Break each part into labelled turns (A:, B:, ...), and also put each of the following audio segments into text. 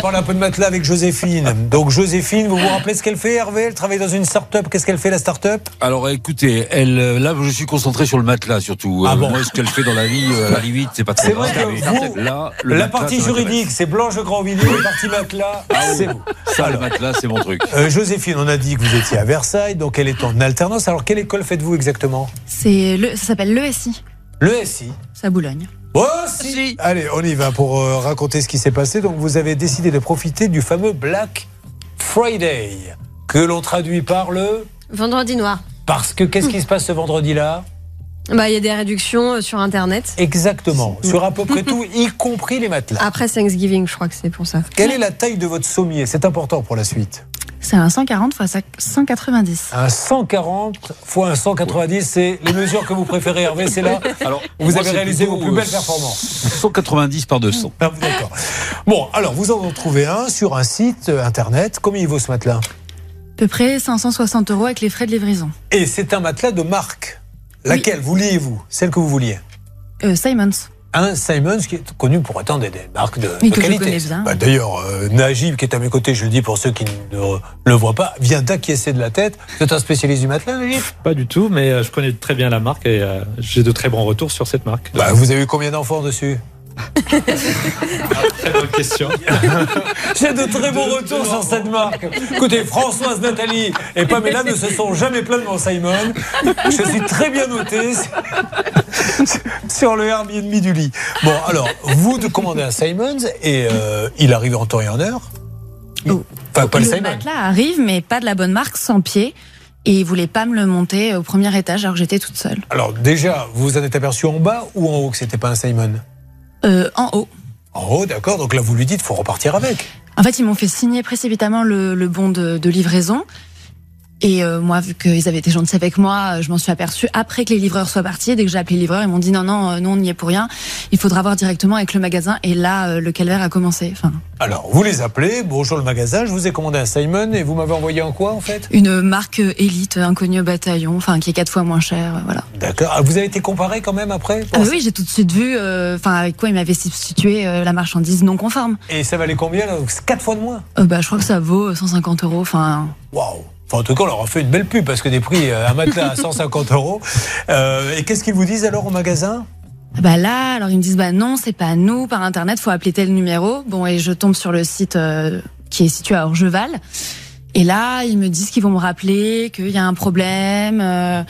A: parler un peu de matelas avec Joséphine. Donc Joséphine, vous vous rappelez ce qu'elle fait, Hervé Elle travaille dans une start-up. Qu'est-ce qu'elle fait, la start-up
B: Alors écoutez, elle, euh, là je suis concentré sur le matelas surtout. Euh,
A: Ah bon
B: Moi, ce qu'elle fait dans la vie, euh, à la limite, c'est pas très
A: C'est vrai
B: grave. Ah,
A: que
B: Mais
A: vous,
B: là, le
A: La
B: matelas,
A: partie
B: ça m'intéresse.
A: juridique, c'est Blanche Grandvilliers, la partie matelas, c'est vous.
B: Ça, le matelas, c'est mon truc.
A: Euh, Joséphine, on a dit que vous étiez à Versailles, donc elle est en alternance. Alors, quelle école faites-vous exactement
C: C'est le, ça s'appelle l'ESI,
A: Le SI.
C: ça Boulogne.
A: Oh, si.
B: Si.
A: Allez, on y va pour euh, raconter ce qui s'est passé. Donc, vous avez décidé de profiter du fameux Black Friday, que l'on traduit par le.
D: Vendredi noir.
A: Parce que qu'est-ce qui se passe ce vendredi-là
D: Bah, il y a des réductions euh, sur Internet.
A: Exactement, sur à peu près tout, y compris les matelas.
D: Après Thanksgiving, je crois que c'est pour ça.
A: Quelle est la taille de votre sommier C'est important pour la suite.
C: C'est un 140 fois 190.
A: Un 140 fois un 190, c'est les mesures que vous préférez, Hervé, c'est là
C: Ah,
B: Alors,
A: Vous
B: moi,
A: avez
B: c'est
A: réalisé
B: plutôt,
A: vos plus belles
B: euh,
A: performances.
B: 190 par 200.
A: Ah, D'accord. Bon, alors vous en trouvez un sur un site euh, internet. Combien il vaut ce matelas
C: À peu près 560 euros avec les frais de livraison.
A: Et c'est un matelas de marque. Laquelle vouliez-vous Celle que vous vouliez
C: Euh, Simons.
A: un Simons qui est connu pour étant des, des marques de,
C: Oui,
A: de
C: que je
A: qualité.
C: connais bien.
A: Bah, D'ailleurs, euh, Najib, qui est à mes côtés, je le dis pour ceux qui ne re- le voient pas, vient d'acquiescer de la tête. Vous êtes un spécialiste du matelas, Najib
E: Pas du tout, mais euh, je connais très bien la marque et euh, j'ai de très bons retours sur cette marque.
A: bah, Vous avez eu combien d'enfants dessus
E: Très bonne question.
A: J'ai de très bons retours sur cette marque. Écoutez, Françoise, Nathalie et Pamela ne se sont jamais plaintes de mon Simon. Je suis très bien noté sur le Airbnb du lit. Bon, alors, vous de commandez un Simons et euh, il arrive en temps et en heure.
C: Oh.
A: Enfin, pas le
C: le
A: Simon.
C: matelas arrive, mais pas de la bonne marque, sans pied. Et ils voulaient pas me le monter au premier étage alors que j'étais toute seule.
A: Alors, déjà, vous vous en êtes aperçu en bas ou en haut que c'était pas un Simon
C: Euh, en haut.
A: En haut, d'accord. Donc là, vous lui dites, faut repartir avec.
C: En fait, ils m'ont fait signer précipitamment le, le bon de, de livraison. Et euh, moi, vu qu'ils avaient été gentils avec moi, euh, je m'en suis aperçue après que les livreurs soient partis. Dès que j'ai appelé les livreurs, ils m'ont dit non, non, euh, non, on n'y est pour rien. Il faudra voir directement avec le magasin. Et là, euh, le calvaire a commencé. Enfin,
A: Alors, vous les appelez, bonjour le magasin, je vous ai commandé un Simon et vous m'avez envoyé en quoi en fait
C: une marque euh, élite, euh, inconnue au bataillon, enfin qui est quatre fois moins chère, euh, voilà.
A: D'accord. Ah, Vous avez été comparé quand même après
C: Ah oui, j'ai tout de suite vu, euh, enfin avec quoi ils m'avaient substitué euh, la marchandise non conforme.
A: Et ça valait combien là C'est 4 fois de moins.
C: Euh, bah, je crois que ça vaut euh, 150 euros. Enfin,
A: Waouh Enfin, en tout cas, on leur a fait une belle pub parce que des prix, euh, un matelas à 150 euros. Euh, et qu'est-ce qu'ils vous disent alors au magasin
C: bah là, alors ils me disent bah non, c'est pas à nous. Par internet, faut appeler tel numéro. Bon, et je tombe sur le site euh, qui est situé à Orgeval. Et là, ils me disent qu'ils vont me rappeler qu'il y a un problème. euh,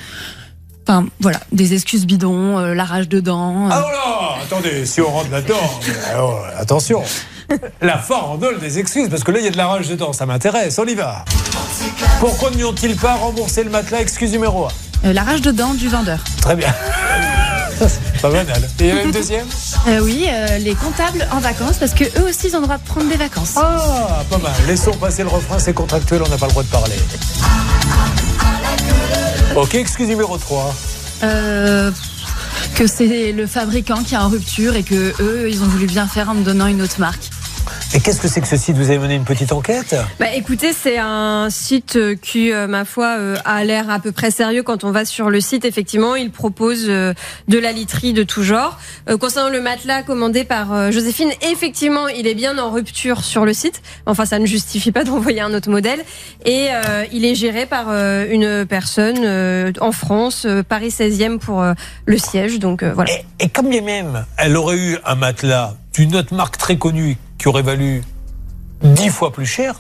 C: Enfin, voilà, des excuses bidons, euh, la rage dedans.
A: Ah voilà Attendez, si on rentre là-dedans, euh, oh, attention La farandole des excuses, parce que là, il y a de la rage dedans, ça m'intéresse, on y va Pourquoi n'ont-ils pas remboursé le matelas Excuse numéro 1.
C: Euh, la rage dedans du vendeur.
A: Très bien. C'est Pas banal. Et il y en a une deuxième
C: Euh, oui, euh, les comptables en vacances, parce que eux aussi, ils ont le droit de prendre des vacances.
F: Oh.
A: Ah, pas mal. Laissons passer le refrain, c'est contractuel, on n'a pas le droit de parler. Ok, excuse numéro 3.
C: Euh, que c'est le fabricant qui est en rupture et que eux, ils ont voulu bien faire en me donnant une autre marque.
A: Et qu'est-ce que c'est que ce site Vous avez mené une petite enquête
D: Bah, écoutez, c'est un site euh, qui, euh, ma foi, euh, a l'air à peu près sérieux quand on va sur le site. Effectivement, il propose euh, de la literie de tout genre. Euh, concernant le matelas commandé par euh, Joséphine, effectivement, il est bien en rupture sur le site. Enfin, ça ne justifie pas d'envoyer un autre modèle. Et euh, il est géré par euh, une personne euh, en France, euh, Paris 16e pour euh, le siège. Donc euh, voilà.
A: Et, et quand bien même elle aurait eu un matelas d'une autre marque très connue qui aurait valu 10 fois plus cher,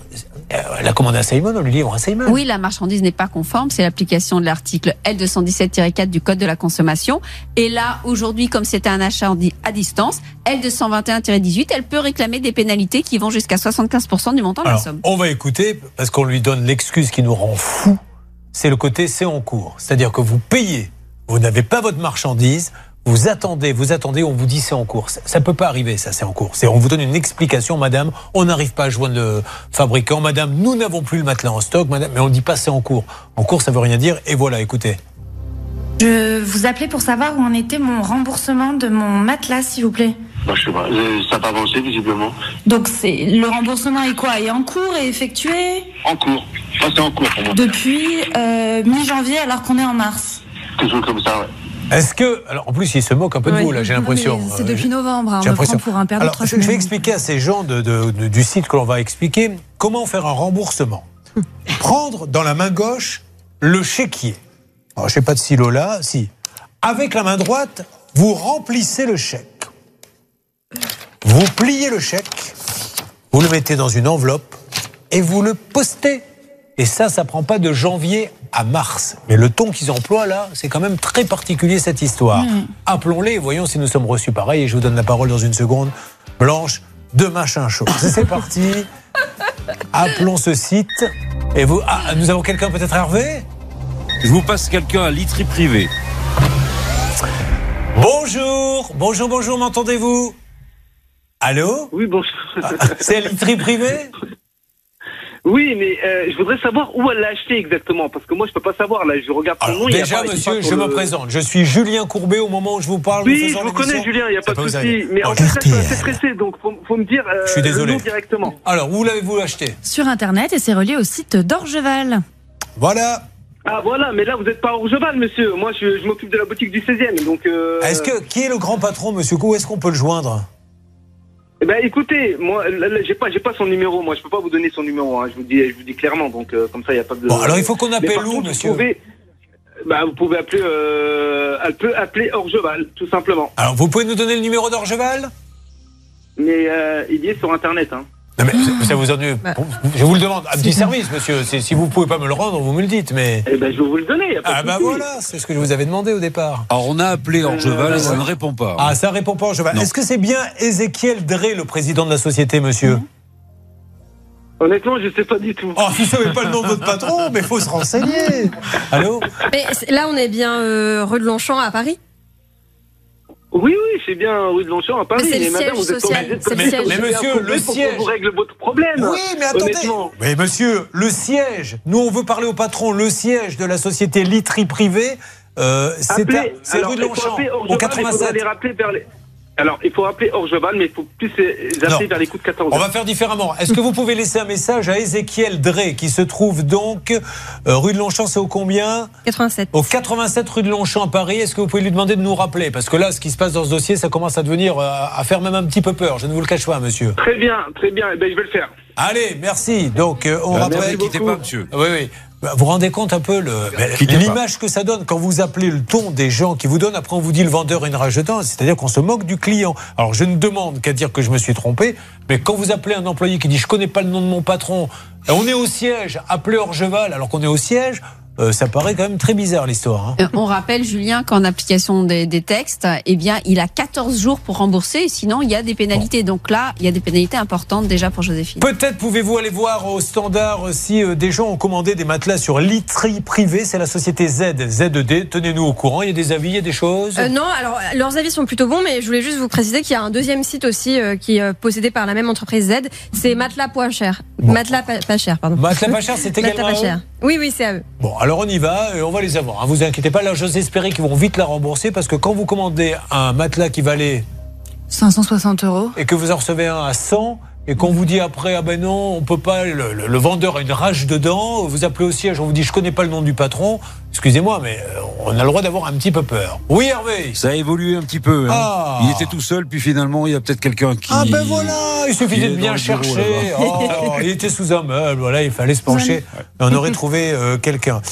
A: euh, elle a commandé un Simon, on lui livre un Simon.
G: Oui, la marchandise n'est pas conforme. C'est l'application de l'article L217-4 du Code de la consommation. Et là, aujourd'hui, comme c'était un achat en di- à distance, L221-18, elle peut réclamer des pénalités qui vont jusqu'à 75% du montant de la
A: Alors,
G: somme.
A: on va écouter, parce qu'on lui donne l'excuse qui nous rend fou, c'est le côté c'est en cours. C'est-à-dire que vous payez, vous n'avez pas votre marchandise, vous attendez, vous attendez, on vous dit c'est en cours. Ça- Ça ne peut pas arriver, ça, c'est en cours. C'est- On vous donne une explication, madame, on n'arrive pas à joindre le fabricant, madame, nous n'avons plus le matelas en stock, madame, mais on ne dit pas c'est en cours. En cours, ça veut rien dire, et voilà, écoutez.
F: Je vous appelais pour savoir où en était mon remboursement de mon matelas, s'il vous plaît.
H: Bah, je sais pas. Euh, ça n'a pas avancé, visiblement.
F: Donc c'est le remboursement est quoi Est en cours et effectué
H: En cours. Ça, c'est en cours pour moi.
F: depuis euh, mi-janvier alors qu'on est en mars.
H: Quelque chose comme ça, ouais.
A: Est-ce que. Alors, en plus, il se moque un peu de
D: Ouais.
A: vous, là, j'ai l'impression.
C: Non, mais C'est
A: Euh,
C: depuis novembre, hein,
A: j'ai
C: on me
A: l'impression.
C: prend pour un père de
A: Alors,
C: trois
A: je, je vais
C: semaines.
A: expliquer à ces gens de- de- de- du site que l'on va expliquer comment faire un remboursement. Prendre dans la main gauche le chéquier. Alors, je ne sais pas de si Lola, si. Avec la main droite, vous remplissez le chèque. Vous pliez le chèque, vous le mettez dans une enveloppe et vous le postez. Et ça, ça prend pas de janvier à mars. Mais le ton qu'ils emploient là, c'est quand même très particulier cette histoire. Appelons-les, voyons si nous sommes reçus pareil. Et je vous donne la parole dans une seconde. Blanche, de machin chaud. C'est parti. Appelons ce site. Et vous, ah, nous avons quelqu'un peut-être Hervé
B: Je vous passe quelqu'un à l'itri privé.
A: Bonjour, bonjour, bonjour, m'entendez-vous Allô
I: Oui, bonjour.
A: C'est l'itri privé
I: Oui, mais euh, je voudrais savoir où elle l'a acheté exactement, parce que moi je peux pas savoir. Là, je regarde son
A: Alors,
I: nom. il y a
A: déjà,
I: pas- il est
A: monsieur,
I: pas sur
A: je me
I: le-
A: présente. Je suis Julien Courbet au moment où je vous parle. nous
I: Oui, je
A: faisons
I: vous
A: l'émission.
I: connais, Julien. Il y a
A: Ça
I: pas
A: peut
I: de
A: vous
I: souci.
A: arriver.
I: Mais en
A: Donc,
I: tout cas, je suis
A: RTL.
I: assez stressé, donc faut, faut me dire. euh,
A: Je suis
I: le
A: désolé.
I: nom directement.
A: Alors, où l'avez-vous acheté
C: Sur Internet et c'est relié au site d'Orgeval.
A: Voilà.
I: Ah voilà, mais là vous êtes pas à Orgeval, monsieur. Moi, je, je m'occupe de la boutique du 16e, donc. euh,
A: Est-ce que qui est le grand patron, monsieur Cou Où est-ce qu'on peut le joindre
I: Eh ben, écoutez, moi, là, là, j'ai pas, j'ai pas son numéro. Moi, je peux pas vous donner son numéro. hein, je vous dis, je vous dis clairement. Donc, euh, comme ça, il y a pas de.
A: Bon, alors il faut qu'on
I: Mais
A: appelle
I: par
A: Lou,
I: contre,
A: monsieur.
I: Vous pouvez, bah, vous pouvez appeler, euh, elle peut appeler Orgeval, tout simplement.
A: Alors, vous pouvez nous donner le numéro d'Orgeval
I: Mais euh, il y est sur Internet. Hein.
A: Non, mais ça- ça vous ennuie.
I: Bah.
A: Je vous le demande. Un petit service, monsieur. C'est- Si vous pouvez pas me le rendre, vous me le dites. Mais
I: Eh ben, je vais vous le donner. y a pas de
A: ah bah
I: souci.
A: voilà, c'est ce que je vous avais demandé au départ.
B: Alors on a appelé Orgeval
I: Euh,
B: et ça
I: ouais.
B: ne répond pas.
A: Ah, ça répond pas Orgeval.
B: Non.
A: Est-ce que c'est bien Ézéchiel Dré, le président de la société, monsieur
I: Honnêtement, je sais pas du tout.
A: Oh, vous savez pas le nom de votre patron, mais faut se renseigner. Allô
D: Mais c'est- là, on est bien euh, rue de Longchamp à Paris.
I: Oui, oui, c'est bien rue de Longchamp à Paris.
D: Mais c'est le
I: mais madame,
D: siège
I: vous êtes
D: social,
I: obligée de
D: c'est le
I: communiquer
D: siège.
A: Mais
I: avec
A: monsieur, le
I: un complet pour qu'on
A: siège.
I: vous règle votre problème.
A: Oui, mais attendez.
I: Honnêtement.
A: Mais monsieur, le siège. Nous, on veut parler au patron. Le siège de la société Litry Privée, euh, c'est à-
I: Appelez-
A: c'est
I: alors,
A: rue de
I: il faut
A: Longchamp,
I: appeler
A: au
I: Orgeval, Il faudra
A: 87.
I: les rappeler vers les. Alors, il faut appeler Orgeval, mais il faut plus les
A: Non.
I: appeler vers les coups de 14
A: On va faire différemment. Est-ce que vous pouvez laisser un message à Ézéchiel Dré, qui se trouve donc euh, rue de Longchamp, c'est au combien
D: 87.
A: Au 87 rue de Longchamp à Paris. Est-ce que vous pouvez lui demander de nous rappeler Parce que là, ce qui se passe dans ce dossier, ça commence à devenir, euh, à faire même un petit peu peur. Je ne vous le cache pas, monsieur.
I: Très bien, très bien. Eh ben, je vais le faire.
A: Allez, merci. Donc, euh, on
B: Ah,
A: rappelle.
B: Ne quittez pas,
I: Bah, beaucoup.
B: monsieur.
A: Ah Oui, oui. Bah, Vous vous rendez compte un peu le- mais
B: Quittez
A: l'image que ça donne quand vous appelez le ton des gens qui vous donnent, après on vous dit le vendeur est une rage de dents, c'est-à-dire qu'on se moque du client. Alors je ne demande qu'à dire que je me suis trompé, mais quand vous appelez un employé qui dit je connais pas le nom de mon patron, et on est au siège, appelez Orgeval alors qu'on est au siège, euh, ça paraît quand même très bizarre l'histoire. hein.
G: Euh, on rappelle, Julien, qu'en application des, des textes, eh bien, il a 14 jours pour rembourser, sinon il y a des pénalités. Donc là, il y a des pénalités importantes déjà pour Joséphine.
A: Peut-être pouvez-vous aller voir au standard euh, si euh, des gens ont commandé des matelas sur Litry privé, c'est la société Z, ZED, tenez-nous au courant, il y a des avis, il y a des choses.
D: Euh, non, alors leurs avis sont plutôt bons, mais je voulais juste vous préciser qu'il y a un deuxième site aussi euh, qui est euh, possédé par la même entreprise Z. C'est Matelas Point Cher.
A: Bon.
D: Matelas pas, pas cher, pardon.
A: Matelas pas cher, c'est
D: Matelas
A: également
D: pas
A: à eux
D: cher. Oui, oui, c'est à eux.
A: Bon, alors on y va et on va les avoir. hein. Vous inquiétez pas, là, j'ose espérer qu'ils vont vite la rembourser parce que quand vous commandez un matelas qui valait
C: 560 euros.
A: et que vous en recevez un à 100 et qu'on vous dit après, ah ben non, on peut pas, le, le- le vendeur a une rage dedans, vous appelez au siège, on vous dit, je connais pas le nom du patron, excusez-moi, mais euh, on a le droit d'avoir un petit peu peur. Oui, Hervé
B: Ça a évolué un petit peu. hein.
A: Ah.
B: Il était tout seul, puis finalement, il y a peut-être quelqu'un qui.
A: Ah ben voilà, il suffisait
B: Il est
A: de bien
B: dans le bureau,
A: chercher. Oh, il était sous un meuble, voilà, il fallait se pencher. On aurait trouvé euh, quelqu'un.